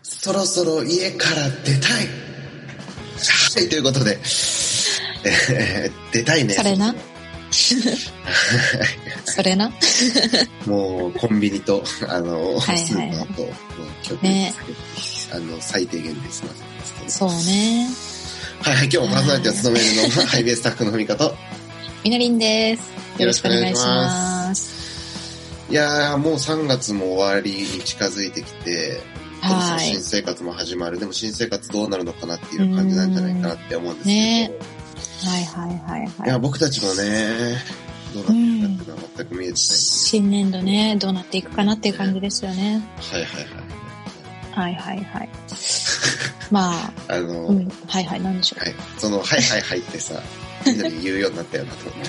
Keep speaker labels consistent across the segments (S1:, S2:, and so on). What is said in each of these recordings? S1: そろそろ家から出たい。はい、ということで、えー出たいね
S2: そ。れな。それな。
S1: もうコンビニと、あの、
S2: はい
S1: スーパーと、もう曲、
S2: ね
S1: あの、最低限で済ませてますけど。
S2: そうね。
S1: はいはい、今日もパーソナリティを務めるの は、ハイビースタッフのみかと。
S2: みのりんです。よろしくお願いします。
S1: いやー、もう3月も終わりに近づいてきて、そろそろ
S2: はい
S1: 新。生活も始まる。でも新生活どうなるのかなっていう感じなんじゃないかなって思うんですけど。
S2: うんねはいはいは
S1: い
S2: いは
S1: や、
S2: い。
S1: 僕たちもね、どうなってるかっていうのは全く見えて
S2: 新年度ね、どうなっていくかなっていう感じですよね。
S1: ない。はいはいはい。
S2: はいは いはい。まあ、
S1: あの、
S2: うん。はいはい、なんでしょ
S1: はい。その、はいはいはいってさ、みんなに言うようになったよなと思っ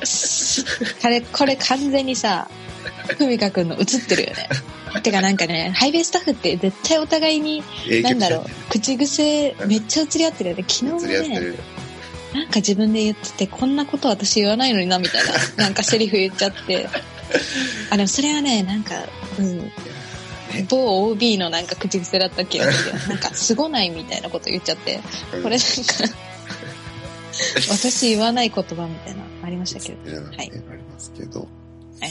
S1: て。
S2: う。これ、これ完全にさ、ふみかくんの映ってるよね。 てかなんかね、ハイベイスタッフって絶対お互いに、
S1: 影
S2: なんだ
S1: ち
S2: ろ
S1: ゃ
S2: う、口癖めっちゃ映り合ってるよね。昨日も
S1: 釣り合って
S2: ね、
S1: る。
S2: なんか自分で言ってて、こんなこと私言わないのにな、みたいな。 なんかセリフ言っちゃって。あ、でもそれはね、なんか、うん。某 OB のなんか口癖だった気がするよ。なんか、すごないみたいなこと言っちゃって。
S1: うん
S2: これなんか、私言わない言葉みたいな、ありましたけど。は
S1: じゃなくてありますけど。
S2: いはい。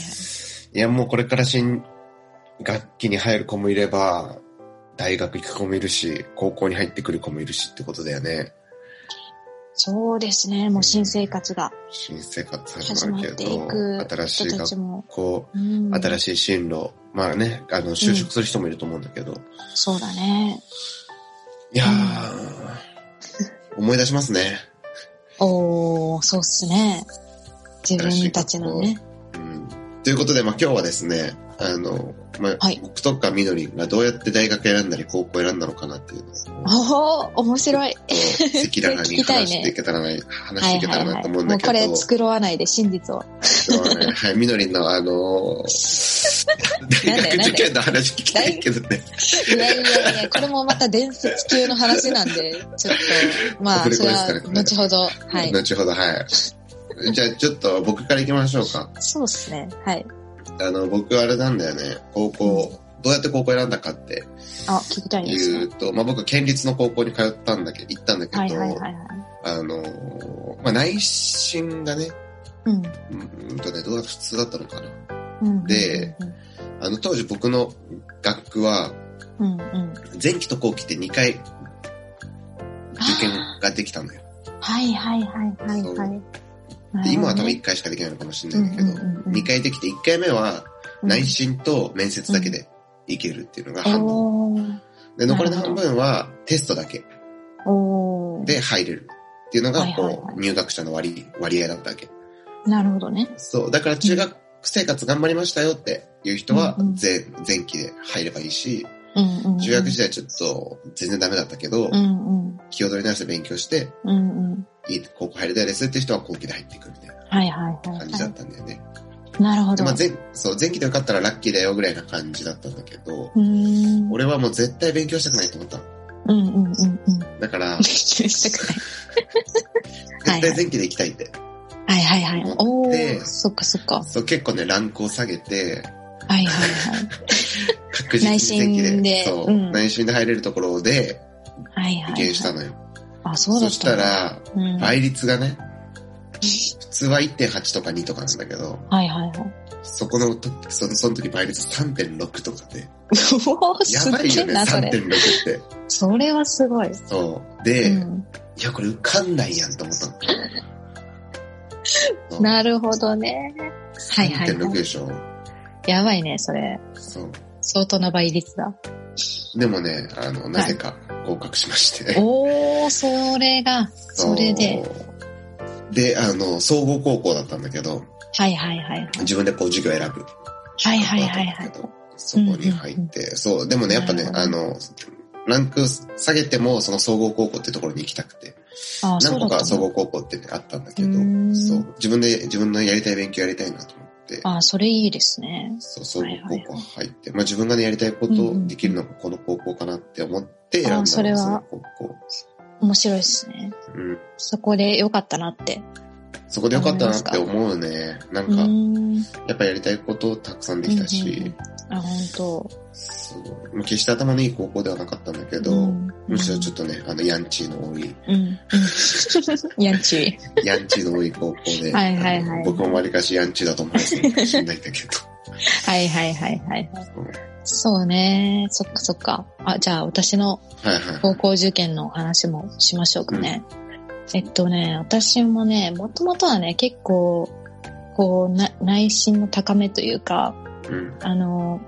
S1: いや、もうこれから新学期に入る子もいれば、大学行く子もいるし、高校に入ってくる子もいるしってことだよね。
S2: そうですね、もう新生活が
S1: 新生活始
S2: 始
S1: ま
S2: まっ
S1: るけ
S2: てい
S1: ど、
S2: く
S1: 新しい
S2: 人たち
S1: 学
S2: も。
S1: 校、
S2: うん、
S1: 新しい進路、まあね、あの、就職する人もいると思うんだけど、
S2: そうだね。
S1: いやー、思い出しますね。
S2: おー、そうっすね。自分たちのね。
S1: うんということで、まあ、今日はですね、あの、まあ
S2: はい
S1: 僕とかみどりがどうやって大学選んだり高校選んだのかなっていうのを、
S2: おー、面白い。
S1: 赤裸々 に話していけたらない、話していけたらなと思うん
S2: も
S1: だ
S2: う
S1: けど、
S2: これ繕わないで、真実を。
S1: そうねはい、みのりんのあのー
S2: なん
S1: 大
S2: だよ
S1: 学受験の話聞きたいけどね、
S2: いやいやいや、これもまた伝説級の話なんで、ちょっと、ま
S1: オ
S2: あ、
S1: フ
S2: そ
S1: レコ
S2: れ
S1: です
S2: は
S1: からね
S2: 後ほど。はい。
S1: 後ほど、はい。じゃあちょっと僕から行きましょうか。
S2: そうっすね。はい。
S1: あの、僕あれなんだよね、高校、どうやって高校選んだかって
S2: あ、聞きたいです
S1: 言
S2: ね。
S1: うと、まあ僕県立の高校に通ったんだけど、行ったんだけど、
S2: はいはいはいはい。
S1: あのーまあ、内心がね、
S2: うん。
S1: うーんとね、どうだ普通だったのかな。
S2: うん
S1: で、あの、当時僕の学区は、
S2: うんうん。
S1: 前期と後期って2回受験ができたのよ。
S2: はいはいはいはいはい。
S1: で今は多分
S2: い
S1: 1回しかできないのかもしれ
S2: う
S1: ない
S2: ん
S1: ん
S2: う
S1: だけ
S2: ん
S1: ど、
S2: うんうん。
S1: 2回できて1回目は内
S2: 緒
S1: 心と面接だけでいけるっていうのが半分。
S2: おー
S1: で、残りの半分はテストだけ
S2: おー
S1: で入れるっていうのが、
S2: はいはい
S1: こ
S2: は
S1: う、入学者の割割合だったわけ。
S2: なるほどね。
S1: そう。だから中学生活頑張りましたよっていう人は
S2: うんうん
S1: 前、前期で入ればいいし、
S2: うんうんうん。
S1: 中学時代ちょっと全然ダメだったけど、
S2: うんうん。
S1: 気を取り直して勉強して、
S2: うんうん。
S1: いい高校入りたいですって人は後期で入っていくみたいな
S2: はいはいはい
S1: 感じだ
S2: は
S1: ったんだよね。
S2: い。なるほ
S1: で
S2: ど。
S1: まあ、
S2: う
S1: 前そう前期で受かったらラッキーだよぐらいな感じだったんだけど、
S2: ーん。
S1: 俺はもう絶対勉強したくないと思ったの。
S2: うんうんうんうん。
S1: だから、
S2: 勉強したくは
S1: 絶
S2: い
S1: 対前期で行きたいって。
S2: ない。はいはいはい。お
S1: で
S2: ー、そっかそっか。
S1: そう結構ね、ランクを下げて、
S2: はいはいはい。
S1: 確実に前期で、
S2: 内心で
S1: そう、
S2: うん
S1: 内心で入れるところで
S2: はいは
S1: 受
S2: い、はい。
S1: 験したのよ。
S2: あ、そうだ
S1: そ
S2: っ
S1: した
S2: たんだ。
S1: ら、
S2: うんはい
S1: 倍率がね、普通は1.8とか2とかなんだけど、
S2: はい はい。
S1: そこのと、そのその時倍率3.6とかで、
S2: うおー、す
S1: やば
S2: っ
S1: い
S2: げ
S1: よ
S2: え
S1: ね、
S2: な、それ。
S1: 3.6って。
S2: それはすごい。
S1: そう。で、
S2: うん
S1: いや、これ受かんないやんと思ったの。そう
S2: なるほどね。はいはいは
S1: 3.6
S2: い。
S1: でしょ。
S2: やばいね、それ。
S1: そう。
S2: 相当な倍率だ。
S1: でもね、あの、なぜか合格しまして。
S2: おー、それが、
S1: そう
S2: それで。。
S1: で、あの、総合高校だったんだけど、
S2: はいはいはいはい。
S1: 自分でこう授業選ぶ。
S2: はいはいはいはい。
S1: そこに入って、そう、でもね、やっぱね、
S2: な
S1: あ
S2: るほ
S1: の、ランク下げても、その総合高校ってところに行きたくて、
S2: あー、そ
S1: 何個
S2: うだったん
S1: か
S2: だ
S1: 総合高校ってねあったんだけど
S2: うー、ん
S1: そう、自分で、自分のやりたい勉強やりたいなと思って、
S2: あー、それいいですね。
S1: そう、総合高校入って、まあ自分がね、やりたいこ
S2: うんう
S1: と
S2: ん
S1: できるのがこの高校かなって思って選んだの
S2: あ
S1: が
S2: ーそれは
S1: 総合高校。
S2: 面白いですね。
S1: うん。
S2: そこで良かったなって
S1: そこでよかったなって思うね。なん
S2: う
S1: か、
S2: ん。
S1: やっぱやりたいことたくさんできた
S2: うんうんう
S1: し
S2: ん、あ、本当。
S1: すごい。もう決して頭のいい高校ではなかったんだけど、むしろちょっとね、あの、ヤンチーの多い、
S2: うん。うん。やんち。
S1: ヤンチーの多い高校で、
S2: はいはいはい
S1: あの僕もわりかしヤンチーだと思われてるかもしれないんだけ
S2: はいはいはいはい。
S1: ど。うん
S2: そうね。そっかそっか。あ、じゃあ私の
S1: はいは
S2: 高校受験の話もしましょうかね。えっとね、私もね、もともとはね、結構、こう、な内心の高めというか、
S1: い。うん。
S2: あの、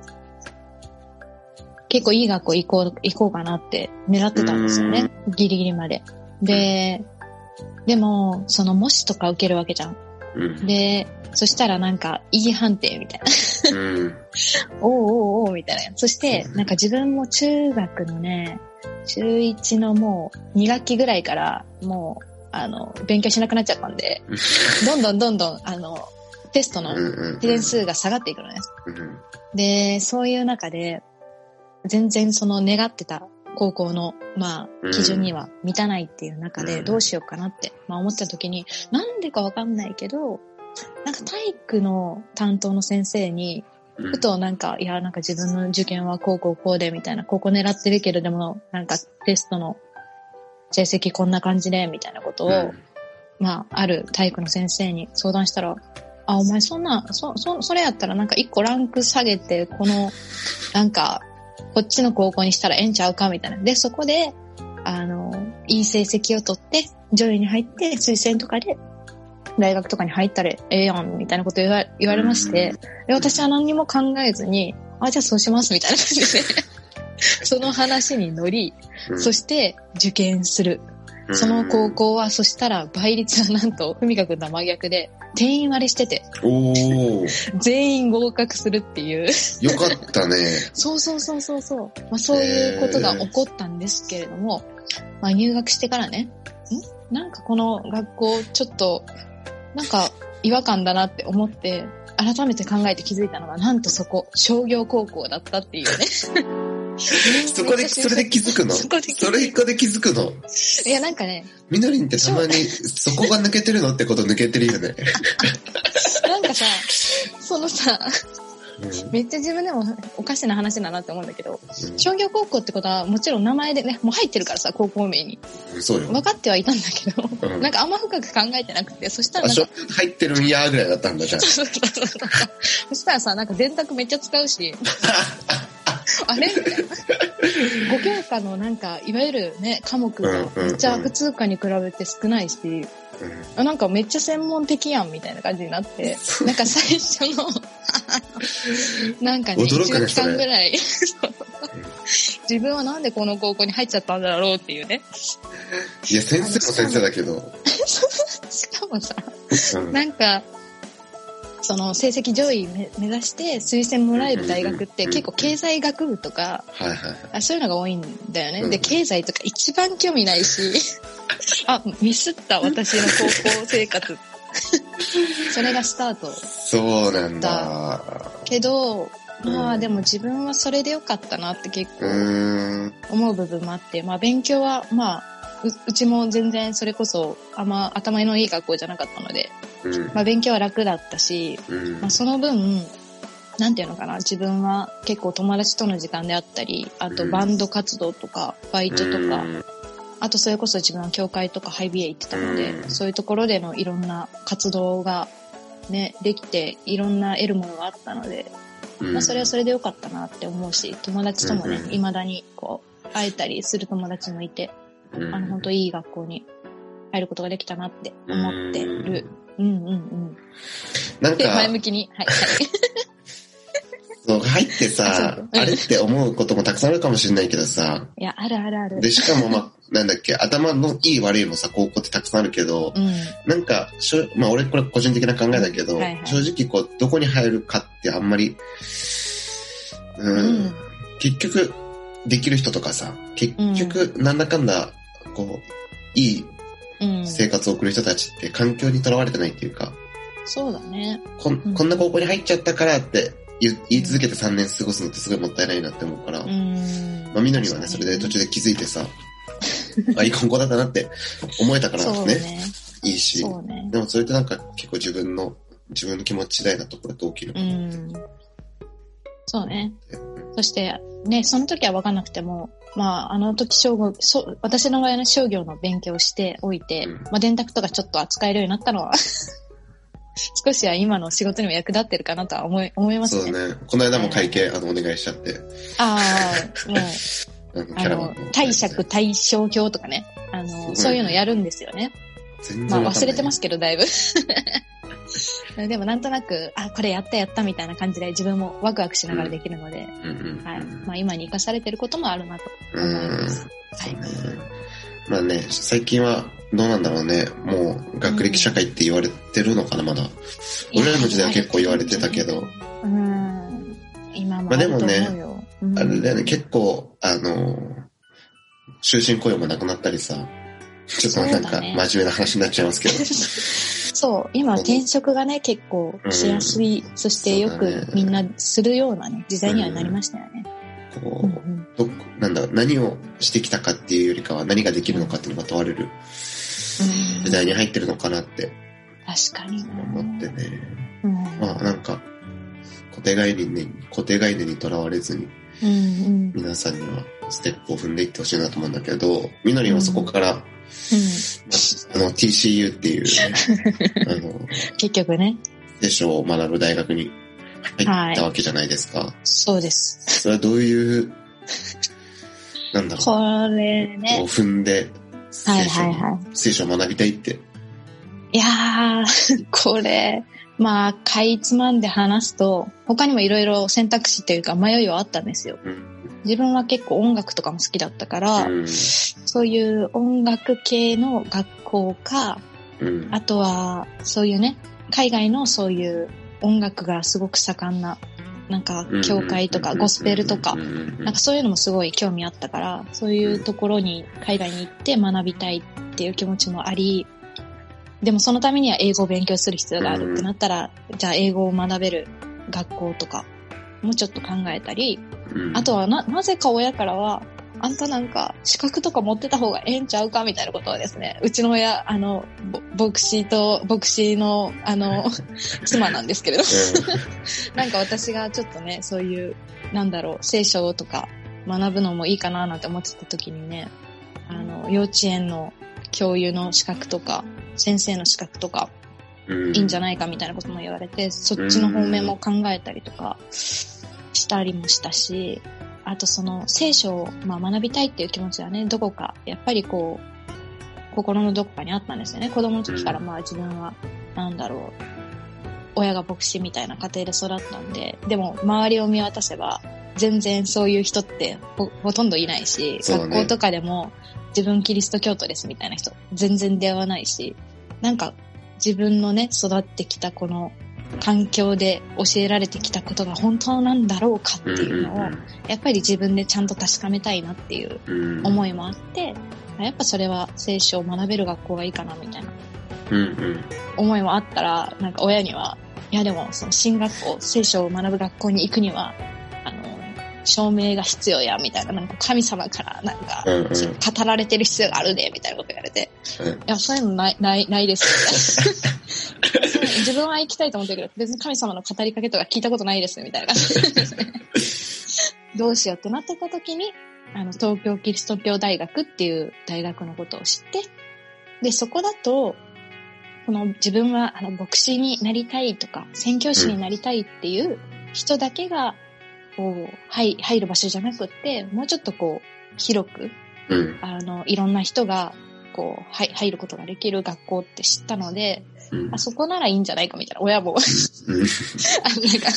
S2: 結構いい学校行こう、行こうかなって狙ってたんですよね。ギリギリまで。で、でも、その模試とか受けるわけじゃん。
S1: うん。
S2: で、そしたらなんか、いい判定みたいな。
S1: うん。
S2: おうおうおうみたいな。そして、なんか自分も中学のね、中1のもう2学期ぐらいから、もう、あの、勉強しなくなっちゃったん で、どんどんどんどん、あの、テストの
S1: うん。
S2: 点数が下がっていくのね。
S1: うん。
S2: で、そういう中で、全然その願ってた高校の、ま
S1: うん
S2: あ、基準には満たないっていう中
S1: う
S2: で、
S1: ん
S2: どうしようかなって、まあ思ってた時に、なんでかわかんないけど、なんか体育の担当の先生に、
S1: うん
S2: ふとなんか、いや、なんか自分の受験はこうこうこうで、みたいな、ここ狙ってるけれども、なんかテストの成績こんな感じで、みたいなことを、
S1: うん
S2: まあ、ある体育の先生に相談したら、あ、お前そんな、そ、そ、それやったらなんか一個ランク下げて、この、なんか、こっちの高校にしたらええんちゃうかみたいな。で、そこで、あの、いい成績を取って、上位に入って、推薦とかで、大学とかに入ったらええやん、みたいなこと言わ言われまして、で私は何も考えずに、あ、じゃあそうします、みたいな感じで、 その話に乗り、
S1: うん
S2: そして受験する。
S1: うん
S2: その高校は、そしたら倍率はなんと、ふみかくんとは真逆で、定員割れしてて、
S1: おー、
S2: 全員合格するっていう、
S1: よかったね。
S2: そうそうそうそうそう、まあ、そういうことが起こったんですけれども、まあ、入学してからね、んなんかこの学校、ちょっと、なんか違和感だなって思って、改めて考えて気づいたのが、なんとそこ、商業高校だったって いうね。
S1: そこで、それで気づくの
S2: そこで気づい
S1: それ一個で気づくの
S2: いや、なんかね、
S1: みのりんってたまに、そこが抜けてるのってこと抜けてるよね。
S2: なんかさ、そのさ、
S1: うん
S2: めっちゃ自分でもおかしな話だなって思うんだけど、商業高校ってことはもちろん名前でね、もう入ってるからさ、高校名に。
S1: うんそうよ。
S2: 分かってはいたんだけど、
S1: うん
S2: なんかあんま深く考えてなくて、そしたら
S1: あ、
S2: なん
S1: し
S2: か、
S1: ょ入ってるんやーぐらいだったんだ、じゃあ。
S2: そうそうそうそうそしたらさ、なんか電卓めっちゃ使うし、 あれみたいな。5教科のなんか、いわゆるね、科目がめっちゃ普通科に比べて少ないし、
S1: うん
S2: あなんかめっちゃ専門的やんみたいな感じになって、なんか最初の、 なんかね、
S1: 驚くね
S2: 1週
S1: それ
S2: 間ぐらい、そう自分はなんでこの高校に入っちゃったんだろうっていうね。
S1: いや、先生も先生だけど。
S2: しかもさ、
S1: うん
S2: なんか、その成績上位め目指して推薦もらえる大学っ
S1: う
S2: て
S1: んうんうん
S2: 結構経済学部とか、
S1: はいはいはい。
S2: あそういうのが多いんだよ
S1: う
S2: ね。
S1: ん
S2: で、経済とか一番興味な いし、あ、ミスった私の高校生活。それがスタート。
S1: そうなんだ。
S2: けど、ま
S1: う
S2: あ
S1: ん
S2: でも自分はそれでよかったなって結
S1: う
S2: 構
S1: ーん。
S2: 思う部分もあって、まあ勉強はまあううちも全然それこそあんま頭のいい学校じゃなかったので、
S1: うん
S2: まあ勉強は楽だったし、
S1: うん
S2: まあ、その分、なんていうのかな、自分は結構友達との時間であったり、あ
S1: う
S2: と
S1: ん
S2: バンド活動とか、バイトとか、
S1: うん
S2: あとそれこそ自分は教会とかハイビエ行ってたので、
S1: うん
S2: そういうところでのいろんな活動がね、できて、いろんな得るものがあったので、
S1: うん
S2: まあ、それはそれでよかったなって思うし、友達ともね
S1: うんう、ん
S2: 未だにこう、会えたりする友達もいて、
S1: うん
S2: あの、本当いい学校に入ることができたなって思ってる。うんうんうん。
S1: なん
S2: で、前
S1: か
S2: 向、きに、 はい、はい。
S1: そう入ってさ、
S2: あそう
S1: あれって思うこともたくさんあるかもしれないけどさ、
S2: いや、あるあるある。
S1: で、しかもまあ、なんだっけ、頭のいい悪いもさ、高校ってたくさんあるけど、
S2: うん。
S1: なんか、しょまあ俺これ個人的な考えだけど、
S2: はいはい
S1: 正直こう、どこに入るかってあんまり、うん、
S2: うん
S1: 結局、できる人とかさ、結局、なんだかんだ、こう、いい
S2: うん。
S1: 生活を送る人たちって環境にとらわれてないっていうか、
S2: そうだね。
S1: こん
S2: うん
S1: こんな高校に入っちゃったからって言う言い続けて3年過ごすのってすごいもったいないなって思うから、
S2: うん。
S1: まあ、みのりは ね、それで途中で気づいてさ、あ、いい高校だったなって思えたから
S2: そう
S1: ね、
S2: ね。
S1: いいし、
S2: そうね。
S1: でもそれってなんか結構自分の、自分の気持ち次第なところって大きいの
S2: う
S1: かなって。
S2: ん。そうね。そして、ね、その時は分かんなくても、まあ、あの時、商業、そ私の場合の商業の勉強をしておいて、
S1: うん
S2: まあ、電卓とかちょっと扱えるようになったのは、 少しは今の仕事にも役立ってるかなとは思い、思います
S1: そう
S2: ね。
S1: だね。この間も会計、あの、お願いしちゃって、
S2: ああ、もう、
S1: あ の、キ
S2: あ
S1: ャラ
S2: の
S1: バンの、
S2: 貸借対照表とかね、あ
S1: すごい
S2: の、
S1: ね
S2: そういうのやるんですよね。
S1: 全
S2: ま
S1: 然
S2: あ
S1: わかん
S2: 忘
S1: な
S2: れ
S1: い
S2: てますけど、だいぶ。 でもなんとなく、あ、これやったやったみたいな感じで自分もワクワクしながらできるので、
S1: うんうんうん。
S2: はい。まあ今に生かされてることもあるなと思います。はい。
S1: そうねまあね、最近はどうなんだろうね。もう学歴社会って言われてるのかな、まだ。俺らの時代は結構言われてたけど。
S2: うん。今も
S1: ま
S2: あ
S1: あで
S2: ると
S1: もね
S2: 思うよ。うん
S1: あれだよね、結構、あのー、終身雇用もなくなったりさ。ちょっとなん
S2: そ
S1: か
S2: うだね
S1: 真面目な話になっちゃいますけど。
S2: そう、今転職がね、結構しやすい、そしてよ
S1: そうだね
S2: くみんなするようなね、時代にはなりましたよね。
S1: こ
S2: う
S1: うん
S2: うん
S1: どなんだろう何をしてきたかっていうよりかは何ができるのかっていうのが問われる時代に入ってるのかなって
S2: 確かにな。
S1: 思ってね。
S2: うん
S1: まあなんか、固定概念に、固定概念にとらわれずに、
S2: うんうんうん
S1: 皆さんにはステップを踏んでいってほしいなと思うんだけど、みのりんはそこから、まあの TCU っていう、あの、
S2: 結局ね、
S1: 聖書を学ぶ大学に入ったわけじゃないですか。
S2: そうです。
S1: それはどういう、なんだろう、
S2: これ
S1: を
S2: ね、
S1: 踏んで、聖
S2: はい
S1: 書
S2: は
S1: を
S2: いは
S1: 聖書を学びたいって。
S2: い。いやー、 これ、まあ、かいつまんで話すと、他にもいろいろ選択肢というか迷いはあったんですよ。
S1: うん
S2: 自分は結構音楽とかも好きだったから、
S1: うん
S2: そういう音楽系の学校か、
S1: うん
S2: あとは、そういうね、海外のそういう音楽がすごく盛んな、なんか、教会とかゴスペルとか
S1: う、んうんうん
S2: なんかそういうのもすごい興味あったから、そういうところに海外に行って学びたいっていう気持ちもあり、でもそのためには英語を勉強する必要があるってなったら、じゃあ英語を学べる学校とかもちょっと考えたり、
S1: うん
S2: あとはな、なぜか親からは、あんたなんか資格とか持ってた方がええんちゃうかみたいなことをですね、うちの親、あの、ぼ牧師と、牧師の、あの、 妻なんですけれどなんか私がちょっとね、そういう、なんだろう、聖書とか学ぶのもいいかななんて思ってた時にね、あの、幼稚園の教諭の資格とか、先生の資格とか、
S1: うん
S2: いいんじゃないかみたいなことも言われて、そっちの方面も考えたりとか、したりもしたし、あとその聖書を、まあ、学びたいっていう気持ちはね、どこか、やっぱりこう、心のどこかにあったんですよね。子供の時からまあ自分は、なんだろう、親が牧師みたいな家庭で育ったんで、でも周りを見渡せば、全然そういう人ってほほとんどいないし、
S1: そうだね
S2: 学校とかでも自分キリスト教徒ですみたいな人、全然出会わないし、なんか自分のね、育ってきたこの環境で教えられてきたことが本当なんだろうかっていうのを、やっぱり自分でちゃんと確かめたいなっていう思
S1: い。
S2: いもあって、やっぱそれは聖書を学べる学校がいいかなみたいな
S1: うんうん
S2: 思いもあったら、なんか親には、いやでもその新学校、聖書を学ぶ学校に行くには、あの、証明が必要や、みたいな、なんか神様からなんか、
S1: うんうん
S2: 語られてる必要があるね、みたいなこと言われて。
S1: うん
S2: いや、そういうのない、ない、ないです。 自分は行きたいと思ってるけど、別に神様の語りかけとか聞いたことないです、み たいな。どうしようってなってた時に、あの、東京キリスト教大学っていう大学のことを知って、で、そこだと、この自分は、あの、牧師になりたいとか、宣教師になりたいっていう人だけが、こう、はい、入る場所じゃなくって、もうちょっとこう、広く、
S1: うん
S2: あの、いろんな人が、こう、はい、入ることができる学校って知ったので、
S1: うん
S2: あそこならいいんじゃないかみたいな、親も、
S1: うん
S2: あのなんか、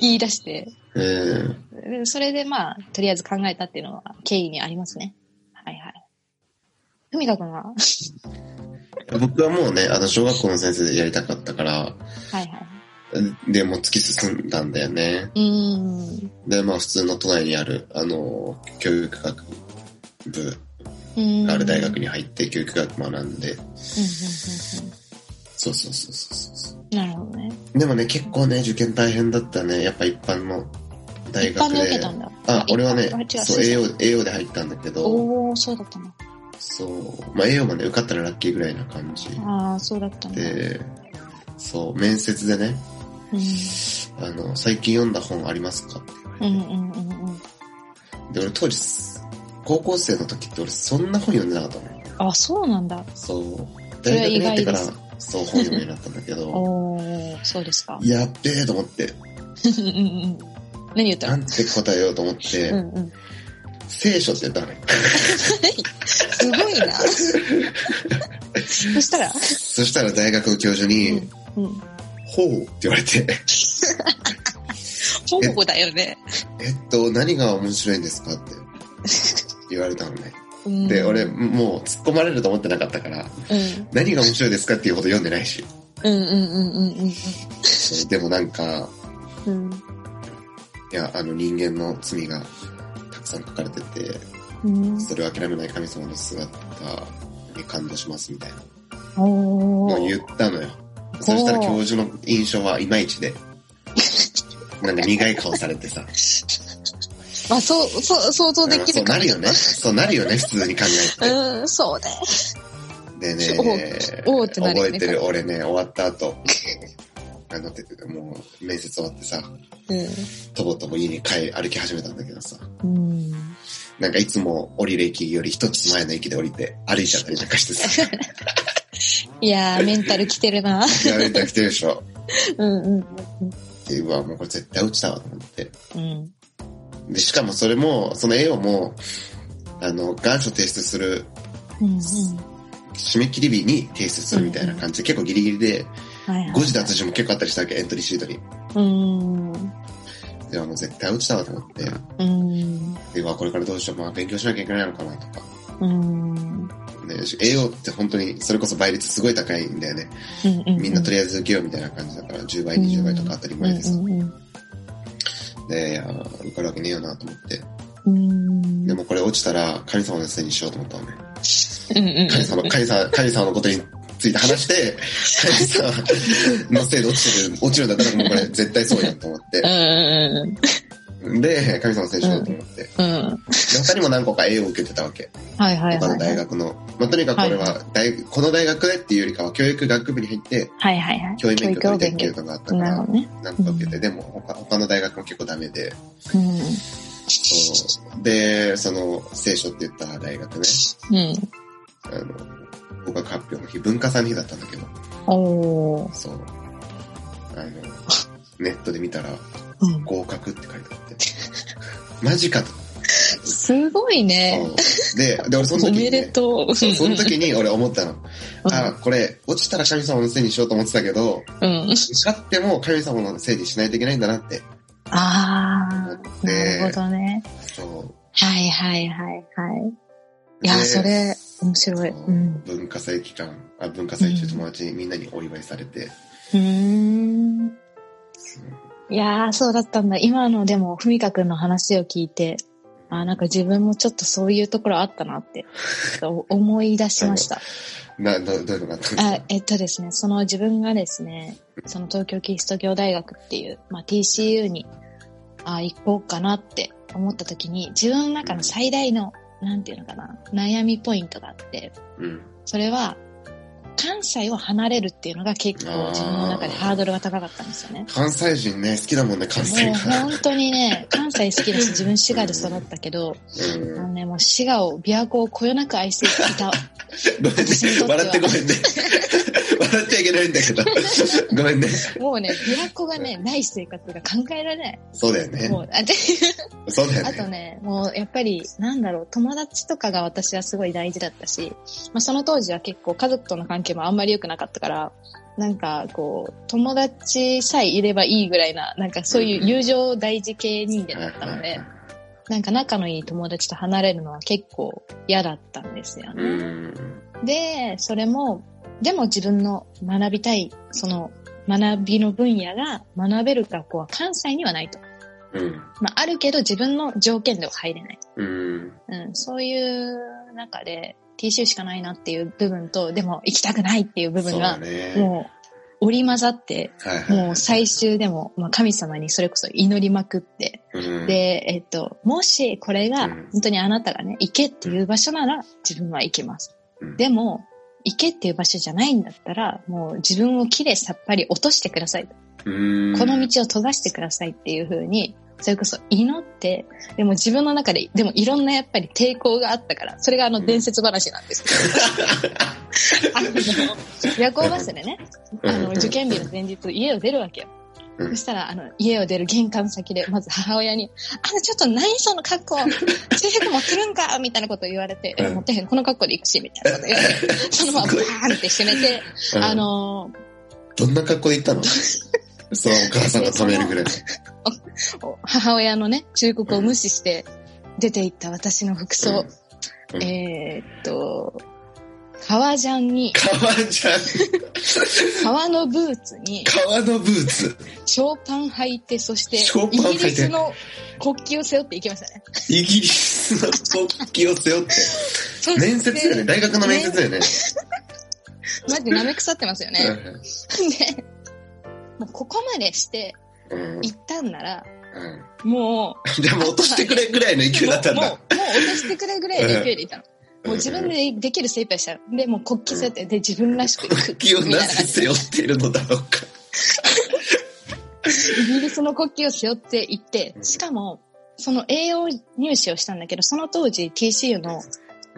S2: 言い出して、
S1: えー
S2: でそれでまあ、とりあえず考えたっていうのは経緯にありますね。はいはい。ふみかくんははい
S1: 僕はもうね、あの、小学校の先生でやりたかったから、
S2: はい。
S1: で、もう突き進んだんだよね。
S2: うーん。
S1: で、まあ普通の都内にある、あの、教育学部
S2: うーん。
S1: がある大
S2: うんうん
S1: 学に入って教育学学んで、
S2: うん
S1: そうそうそうそうそう。
S2: うん。なるほどね。
S1: でもね、結構ね、受験大変だったね。やっぱ一般の大
S2: 一
S1: 学
S2: 般で受
S1: で
S2: けた。んだ。
S1: あ、俺はね
S2: 一般あ違、う
S1: そう、栄養、栄養で入ったんだけど、
S2: おー、そうだったの。
S1: そう。まあ、栄養もね、受かったらラッキーぐらいな感じ
S2: ああ、そうだったんだ。
S1: で、そう、面接でね、
S2: うん。
S1: あの、最近読んだ本ありますかって言われて
S2: うんうんうんうん。
S1: で、俺当時、高校生の時って俺そんな本読んでなかったのよ。
S2: あ、そうなんだ。
S1: そう。
S2: それ
S1: 大
S2: は
S1: 学
S2: 意
S1: に入って
S2: 外
S1: か
S2: で
S1: ら
S2: す、
S1: そう、本読むようになったんだけど、
S2: おー、そうですか。
S1: やっべえと思って、
S2: うんうんうん。何言った
S1: な
S2: の
S1: んて答えようと思って、
S2: うんうん。
S1: 聖書って言ったのよ。
S2: すごいな。そしたら、
S1: そしたら大学の教授に、
S2: うん。
S1: ほうって言われて、
S2: 本語だよね。
S1: えっと、何が面白いんですかって言われたのね。
S2: うん
S1: で、俺、もう突っ込まれると思ってなかったから、
S2: うん。
S1: 何が面白いですかっていうほど読んでないし。
S2: うんうんうんうんうん
S1: そうでもなんか、
S2: うん。
S1: いや、あの人間の罪がたくさん書かれてて、
S2: うん。うん
S1: それを諦めない神様の姿に感動しますみたいな
S2: お
S1: のを
S2: ー。
S1: 言ったのよ。そしたら教授の印象はいまい ちで、なんか苦い顔されてさ。
S2: まあ、そう、そう、想像でき
S1: そう
S2: るか
S1: な
S2: ら
S1: るよね。そうなるよね、普通に考え て。
S2: うん、そうね。
S1: でね
S2: おおってなるよ
S1: 覚
S2: ね
S1: えてる、俺ね、終わった後、あの、てもう面接終わってさ、とぼとぼ家に帰歩き始めたんだけどさ、
S2: うん。うん。
S1: なんかいつも降りる駅より一つ前の駅で降りて歩いちゃったりなんかしてさ、
S2: いやー、メンタルきてるな。
S1: やめたくてるでしょ。
S2: うんうん
S1: って、うわ、もうこれ絶対落ちたわと思って。
S2: うん。
S1: で、しかもそれも、その絵をもう、あの、願書提出する、
S2: うんうん。
S1: 締め切り日に提出するみたいな感じで、結構ギリギリで、
S2: はいはい
S1: 誤字脱字も結構あったりしたわけ、エントリーシートに。
S2: うん。
S1: で、もう絶対落ちたわと思って。
S2: うん。
S1: で、うわ、これからどうしよう、まあ勉強しなきゃいけないのかなとか。
S2: うん。
S1: ね、栄養って本当に、それこそ倍率すごい高いんだよね。みんなと
S2: り
S1: りあえず受けようみたいな感じだから、10倍、20倍とか当たり前でさ。で、いや受かるわけねえよなと思って。
S2: うん。
S1: でもこれ落ちたら、神様のせいにしようと思ったのね。
S2: うんうん。
S1: 神様、神様、神様のことについて話して、神様のせいで落ちてる、落ちるんだったらもうこれ絶対そうやんと思って。
S2: うん
S1: で、神様のせいにしようと思って。で、
S2: うん。うん。
S1: 他にも何個か栄養を受けてたわけ。
S2: はいはい
S1: 他
S2: は
S1: の
S2: い。
S1: 大学の。まあ、とにかくこれは大、この大学でっていうよりかは、教育学部に入って、
S2: はいはいはい。
S1: 教員免許取りたい
S2: 勉
S1: っていう
S2: 強。
S1: のがあったか
S2: なる
S1: ら
S2: ほ、どね。
S1: なんとか受けて、でも他他の大学も結構ダメで、
S2: う
S1: そうで、その、聖書って言った大学ね、
S2: ん。うん。
S1: あの、合格発表の日、文化祭の日だったんだけど、
S2: おー。
S1: そう、あの、ネットで見たら、
S2: うん。
S1: 合格って書いてあ って、マジかと。
S2: すごいね。
S1: そうで、で、俺その
S2: お
S1: 時
S2: め
S1: に、
S2: で
S1: ね、
S2: とう。
S1: そうその時に俺思ったの。
S2: うん
S1: あ、これ、落ちたら神様のせいにしようと思ってたけど、
S2: うん。
S1: 受かっても神様のせいにしないといけないんだなって。
S2: あー。なるほどね。
S1: そう。
S2: はいはいはいはい。い
S1: で
S2: や、それ、面白い。うん。
S1: 文化祭期間、あ文化祭中友達にみんなにお祝いされて、
S2: うーん。いやー、そうだったんだ。今のでも、ふみかくんの話を聞いて、あーなんか自分もちょっとそういうところあったなって、お思い出しました。
S1: な、どどういうのがあったんです
S2: あ
S1: か
S2: えっとですね、その自分がですね、その東京キリスト教大学っていう、まあ、TCU にあ行こうかなって思った時に、自分の中の最大の、なんていうのかな、悩みポイントがあって、
S1: うん。
S2: それは、関西を離れるっていうのが結構自分の中でハードルが高かったんですよね。
S1: 関西人ね、好きだもんね、関西
S2: もう
S1: が。
S2: 本当にね、関西好きだし、自分滋賀で育ったけど、
S1: うん。
S2: あのね、もう滋賀を、琵琶湖をこよなく愛していた。
S1: ごめんね
S2: 私にとっては
S1: 笑ってご めんね。笑っちゃいけないんだけど。ごめんね。
S2: もうね、琵琶湖がね、ない生活が考えられない。
S1: そうだよね。
S2: もう、あで
S1: そうだよ
S2: あと
S1: ね。
S2: ね、もうやっぱり、なんだろう、友達とかが私はすごい大事だったし、まあ、その当時は結構家族との関係もあんまり良くなかったから、なんかこう、友達さえいればいいぐらいな、なんかそういう友情大事系人間だったので、なんか仲のいい友達と離れるのは結構嫌だったんですよ
S1: う
S2: ね。
S1: ん。
S2: で、それも、でも自分の学びたい、その学びの分野が学べる学校は関西にはないと。
S1: うん。
S2: まあ、あるけど自分の条件では入れない。
S1: うん。
S2: うん、そういう中で TCU しかないなっていう部分と、でも行きたくないっていう部
S1: そ
S2: 分
S1: うだ
S2: が、
S1: ね。
S2: も織り交ざって、
S1: はいはい。
S2: もう最終でも、まあ、神様にそれこそ祈りまくって、
S1: うん、
S2: で、えっと、もしこれ
S1: う
S2: が
S1: ん
S2: 本当にあなたがね、行けっていう場所なら自分は行きます
S1: うん。
S2: でも、行けっていう場所じゃないんだったら、もう自分をきれいさっぱり落としてください。
S1: うん
S2: この道を閉ざしてくださいっていう風に、それこそ祈って、でも自分の中で、でもいろんなやっぱり抵抗があったから、それがあの伝説話な んですけど。あの夜行バスでね、あの受験日の前日、家を出るわけよ。
S1: うん
S2: そしたら、あの、家を出る玄関先で、まず母親に、あの、ちょっと何その格好、制服持ってるんかみたいなこと言われて、
S1: うん
S2: え持ってへん、この格好で行くし、みたいなこと言われて、そのままバーンって閉めて、
S1: うん
S2: あ、の、
S1: どんな格好で行 ったのそう、お母さんが止めるぐらい。
S2: 母親のね、忠告を無視して出て行った私の服装、
S1: うん
S2: えーっと、革ジャンに、
S1: 革ジャン、
S2: 革のブーツに、
S1: 革のブーツ。
S2: ショーパン履いて、そして
S1: ショーパン、履
S2: イ
S1: いて
S2: ギリスの国旗を背負って行きましたね。
S1: イギリスの国旗を背負って。
S2: そして
S1: 面接だよね。大学の面接だよね。
S2: マジ舐め腐ってますよね。で、もうここまでして
S1: うんうん
S2: 行ったんなら、
S1: うん
S2: もう、
S1: でも落としてくれぐらいの勢い
S2: もう、も
S1: だった
S2: うんもう
S1: だ。
S2: 落としてくれぐらいの勢いでいたの。もう自分
S1: で
S2: でできる精一杯したの。で、もう国旗背負って、で、自分らしく行く。
S1: 気を
S2: みた
S1: ない
S2: な
S1: ぜ
S2: 感じ
S1: 背負っているのだろうか。
S2: イギリスの国旗を背負って行って、しかも、その栄養入試をしたんだけど、その当時 TCU の、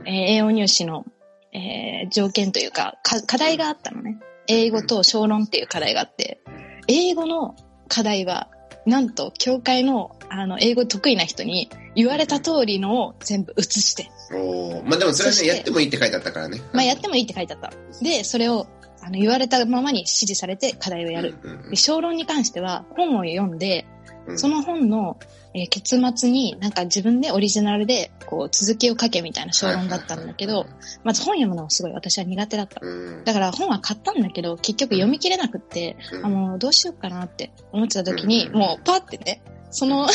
S2: えー栄養入試の、えー条件というかか課題があったのね。英語と小論っていう課題があって、英語の課題は、なんと、教会の、あの、英語得意な人に言われた通りのを全部写して、
S1: おーまあでもそれは
S2: そ
S1: ね、
S2: して
S1: やってもいいって書いてあったからね。
S2: まあやってもいいって書いてあった。で、それを、あの、言われたままに指示されて課題をやる。
S1: うんうん
S2: で小論に関しては、本を読んで、
S1: うん
S2: その本の、えー結末になんか自分でオリジナルでこう続きを書けみたいな小論だったんだけど、、まず本読むのがすごい私は苦手だった。
S1: うん
S2: だから本は買ったんだけど、結局読み切れなくって、あの、どうしようかなって思ってた時に、
S1: うん
S2: もうパってね、その、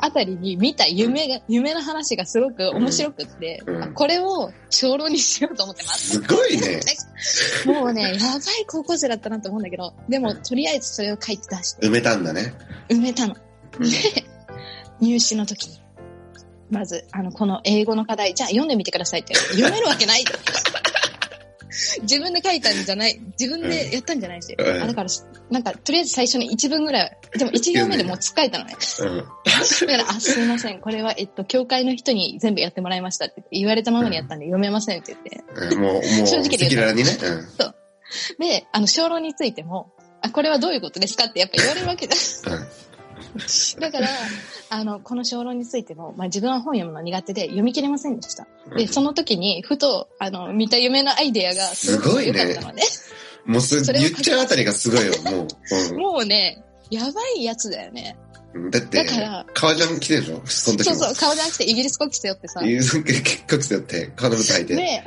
S2: あたりに見た夢が、夢の話がすごく面白くって、
S1: うん
S2: あこれを小論にしようと思ってます。
S1: すごいね。
S2: も うね、やばい高校生だったなと思うんだけど、でも、
S1: うん
S2: とりあえずそれを書いて出して、
S1: 埋めたんだね。
S2: 埋めた
S1: う
S2: の。
S1: ん
S2: で、入試の時に、まず、あの、この英語の課題、じゃあ読んでみてくださいって言われて読めるわけない 自分で書いたんじゃない、自分でやったんじゃないし。
S1: うん
S2: あだから、なんか、とりあえず最初に1文ぐらい、でも1行目でもうつっかえたのね。
S1: うん
S2: だから、あ、すいません、これは、えっと、教会の人に全部やってもらいましたって言われたままにやったんで読めませんって言って。
S1: うんもう、もう、
S2: 正直で
S1: 赤
S2: 言
S1: 裸々
S2: う
S1: にね。
S2: で、あの、小論についても、あ、これはどういうことですかってやっぱ言われるわけだ。
S1: うんうん
S2: だから、あの、この小論についても、まあ自分は本読むの苦手で読み切れませんでした。
S1: う
S2: で、
S1: ん
S2: その時に、ふと、あの、見た夢のアイデアがすごく良かったので、
S1: もうそ
S2: そ
S1: れ
S2: れを
S1: 言っちゃうあたりがすご いよ、もう。
S2: もうね、やばいやつだよね。
S1: うんだって
S2: だから、
S1: 革ジャン着てるでしょその時
S2: そう
S1: も。
S2: そう、顔じゃなくてイギリス国旗背負ってさ。
S1: うそう。結構着てって、革のブーツ履いて。
S2: で、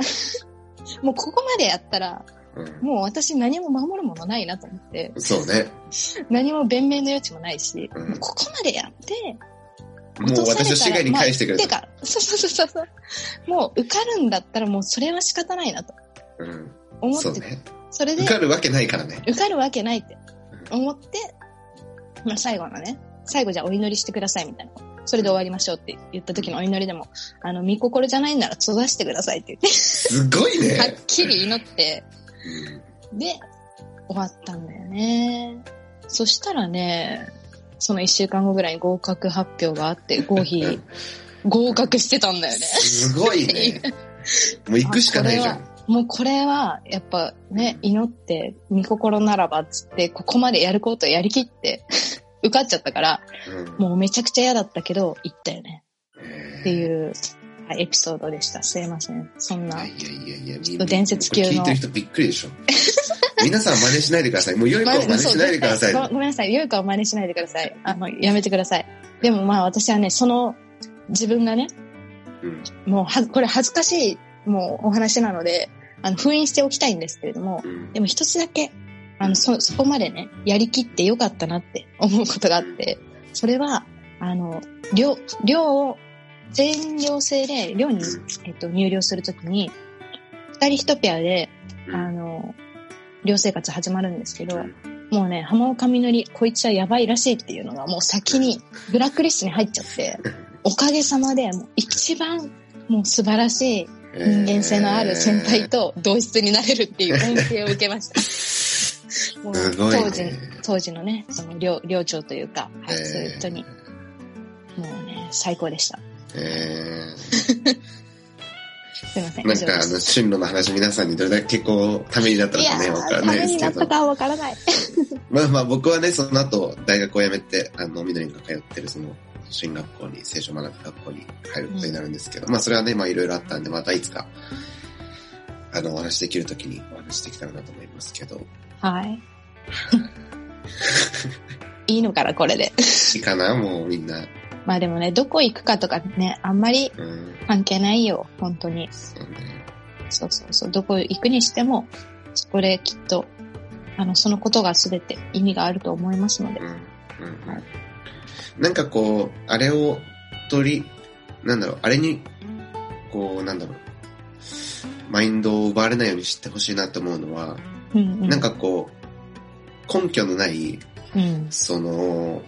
S2: もうここまでやったら、
S1: うん
S2: もう私何も守るものないなと思って、
S1: そうね。
S2: 何も弁明の余地もないし、
S1: うん
S2: もうここまでやって、
S1: もう私を市外に返してくれ
S2: て
S1: と。
S2: か、そうそうそうそう。もう受かるんだったらもうそれは仕方ないなと
S1: うん
S2: 思っ
S1: そう
S2: て、
S1: ね。
S2: それで
S1: 受かるわけないからね。
S2: 受かるわけないって思って、まあ、最後のね、最後じゃあお祈りしてくださいみたいな。それで終わりましょうって言った時のお祈りでも、あの、見心じゃないなら閉ざしてくださいって言っ
S1: すごい
S2: て、は
S1: ね
S2: っ。きり祈って、で、終わったんだよね。そしたらね、その一週間後ぐらいに合格発表があって、合否、合格してたんだよね。
S1: すごいね。もう行くしかないじゃん。
S2: もうこれは、やっぱね、祈って、見心ならばっつって、ここまでやることをやりきって、受かっちゃったから、
S1: うん
S2: もうめちゃくちゃ嫌だったけど、行ったよね。
S1: えー
S2: っていう、はいエピソードでした。すいません。そん
S1: い
S2: な
S1: や。いやいやい
S2: ちょ
S1: や、
S2: っと伝説級の
S1: 聞いてる人びっくりでしょ。 皆さん真似しないでください。もう良い子を真似しないでください。
S2: まあそう絶対ごごめんなさい。良い子は真似しないでください。あの、やめてください。でもまあ私はね、その、自分がね、
S1: うん
S2: もうは、これ恥ずかしい、もうお話なので、あの、封印しておきたいんですけれども、
S1: うん
S2: でも一つだけ、あの、そ、そこまでね、やりきってよかったなって思うことがあって、それは、あの、寮、寮を、全寮制で寮に、えっと、入寮するときに、二人一ペアで、
S1: うん
S2: あの、寮生活始まるんですけど、
S1: うん
S2: もうね、浜岡みのり、こいつはやばいらしいっていうのが、もう先にブラックリストに入っちゃって、おかげさまで、もう一番、もう素晴らしい人間性のある先輩と同室になれるっていう恩恵を受けま した。もう
S1: すごいね
S2: 当時、当時のね、その寮寮長というか、
S1: えー
S2: はい、そういう人に、もうね、最高でした。
S1: えーえ
S2: すいません。
S1: ーなん
S2: 以上で
S1: かあの
S2: す
S1: 進路の話皆さんにどれだけこうためになったの
S2: いや
S1: かねわから
S2: ー、
S1: な
S2: た
S1: いで
S2: め
S1: す
S2: に
S1: け
S2: なった
S1: ど
S2: かはわからない。
S1: まあまあ僕はねその後大学を辞めてあのみのりんが通ってるその進学校に聖書学ぶ学校に入ることになるんですけど、まあそれはねまあいろいろあったんでまたいつかあのお話しできるときにお話しできたらなと思いますけど
S2: はい。いいのかな、これで。
S1: いいかなもうみんな
S2: まあでもね、どこ行くかとかね、あんまり
S1: うん
S2: 関係ないよ、本当に。
S1: そうね
S2: そうそうそう、どこ行くにしても、そこできっと、あの、そのことが全て意味があると思いますので。
S1: うんうんうんなんかこう、あれを取り、なんだろう、あれに、こう、なんだろう、マインドを奪われないようにしてほしいなと思うのは、
S2: うん、うん。
S1: なん、かこう、根拠のない、
S2: うん。
S1: その、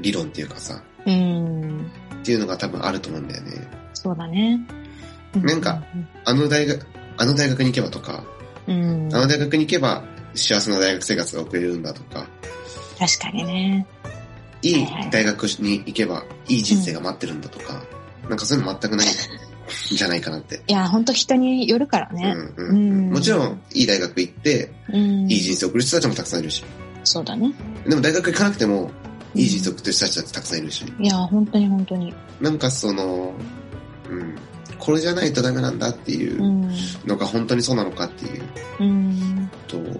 S1: 理論っていうかさ、
S2: うん。
S1: っていうのが多分あると思うんだよね。
S2: そうだね。う
S1: なんか、あの大学、あの大学に行けばとか、
S2: うん。
S1: あの大学に行けば幸せな大学生活が送れるんだとか、
S2: 確かにね。
S1: いい
S2: はいはい
S1: 大学に行けばいい人生が待ってるんだとか、なんかそういうの全くないんじゃないかなって。
S2: いや、本当人によるから
S1: う
S2: ね。
S1: んうんうん
S2: うん
S1: もちろん、いい大学行って、
S2: うん。
S1: いい人生を送る人たちもたくさんいるし。
S2: そうだね。
S1: でも大学行かなくても、いい人生を送ってる人たちだってたくさんいるし。
S2: いや、本当に本当に。。
S1: なんかその、うん、これじゃないとダメなんだっていううんのが本当にそうなのかっていう
S2: うん。
S1: と、あの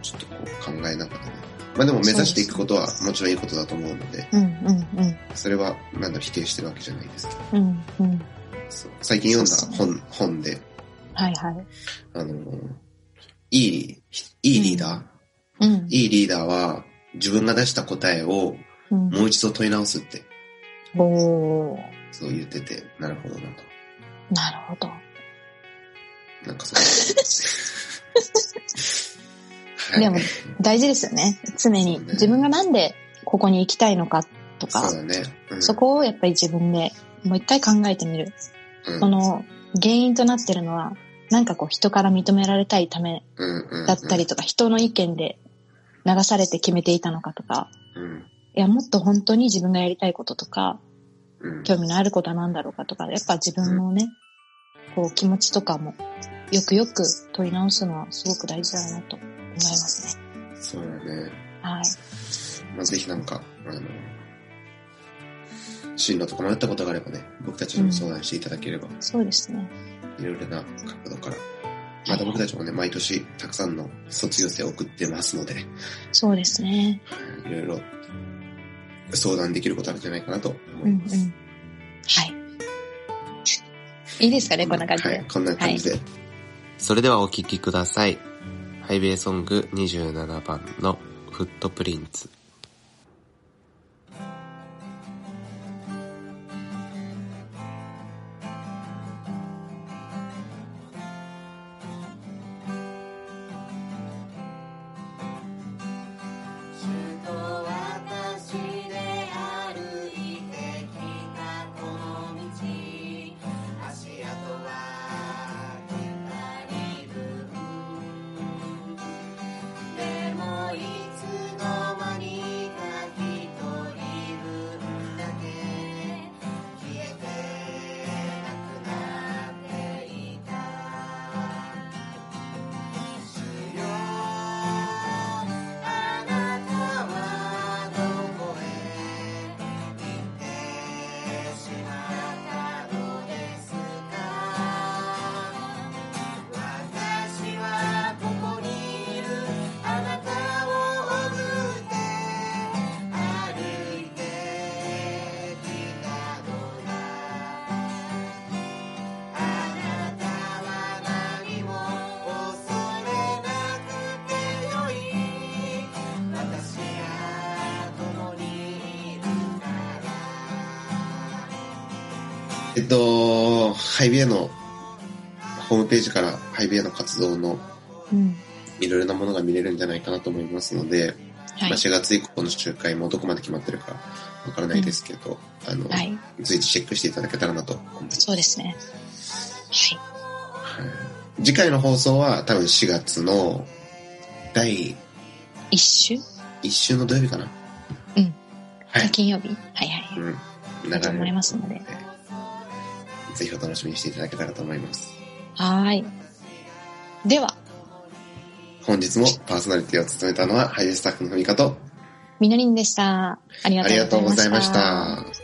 S1: ちょっとこう考えながらね。まあでも目指していくことはもちろんいいことだと思うので、
S2: うん。うん。うん。
S1: それは、なんだろう、否定してるわけじゃないですけど。
S2: うん。うん。
S1: そう最近読んだ
S2: そうそ
S1: 本本で、
S2: はいはい。
S1: あのー、いい、いいリーダー、
S2: うん。
S1: いいリーダーは自分が出した答えを
S2: うん
S1: もう一度問い直すって、
S2: おー
S1: そう言ってて、なるほどなと。
S2: なるほど。
S1: なん かそう。
S2: でも大事ですよね。常に
S1: そうね
S2: 自分がなんでここに行きたいのかとか、
S1: そうだ
S2: そ
S1: ね。うん
S2: こをやっぱり自分でもう一回考えてみる。
S1: うん
S2: その原因となってるのは、なんかこう人から認められたいため
S1: うんうんうん
S2: だったりとか、人の意見で流されて決めていたのかとか、
S1: うん
S2: いや、もっと本当に自分がやりたいこととか、
S1: うん
S2: 興味のあることは何だろうかとか、やっぱ自分のね、こう気持ちとかも、よくよく問い直すのはすごく大事だなと思いますね。
S1: そうだね。
S2: はい。
S1: まあ、ぜひなんか、あの、進路とか迷ったことがあればね、僕たちにも相談していただければ、
S2: そうですね。
S1: いろいろな角度から。また僕たちもね、毎年たくさんの卒業生を送ってますので、
S2: そうですね。
S1: いろいろ相談できることあるんじゃないかなと思
S2: うん
S1: い
S2: うん。
S1: ま
S2: は
S1: す。
S2: い。いいですかね、こんな感じ
S1: は
S2: で
S1: い、。こんな感じで。それではお聴きください。ハイウェイソング27番のフットプリンツ。
S3: 「主と私で歩いてきたこの道」「足跡は二人分」「でもいつの間にか一人分だけ」「消えてなくなっていた」「主よ「あなたはどこへ行ってくださいってしまったのですか」「私はここにいるあなたを送って歩いてきたのだ」「あなたは何も恐れなくてよい」「私が共にいるから」
S1: えっと、ハイビエのホームページからハイビエの活動の
S2: うん。
S1: いろいろなものが見れるんじゃないかなと思いますので、
S2: はい
S1: まあ、。4月以降の集会もどこまで決まってるかわからないですけど、あの、
S2: はい。
S1: 随時チェックしていただけたらなと思います。
S2: そうですね。はい。
S1: はい次回の放送は多分4月の第
S2: 一週
S1: 1週の土曜日かな。
S2: うん。
S1: は
S2: じゃあ
S1: い。
S2: 金曜日。はいはい。
S1: うん。
S2: だと
S1: 流
S2: 思い
S1: れ
S2: ますので。
S1: ぜひお楽しみにしていただけたらと思います。
S2: はーい。では、
S1: 本日もパーソナリティを務めたのは俳優スタッフのふみかと、
S2: みのりんでした。ありが
S1: ありが
S2: と
S1: と
S2: う
S1: う
S2: ご
S1: ご
S2: ざ
S1: ざ
S2: い
S1: い
S2: ま
S1: ま
S2: し。
S1: したた。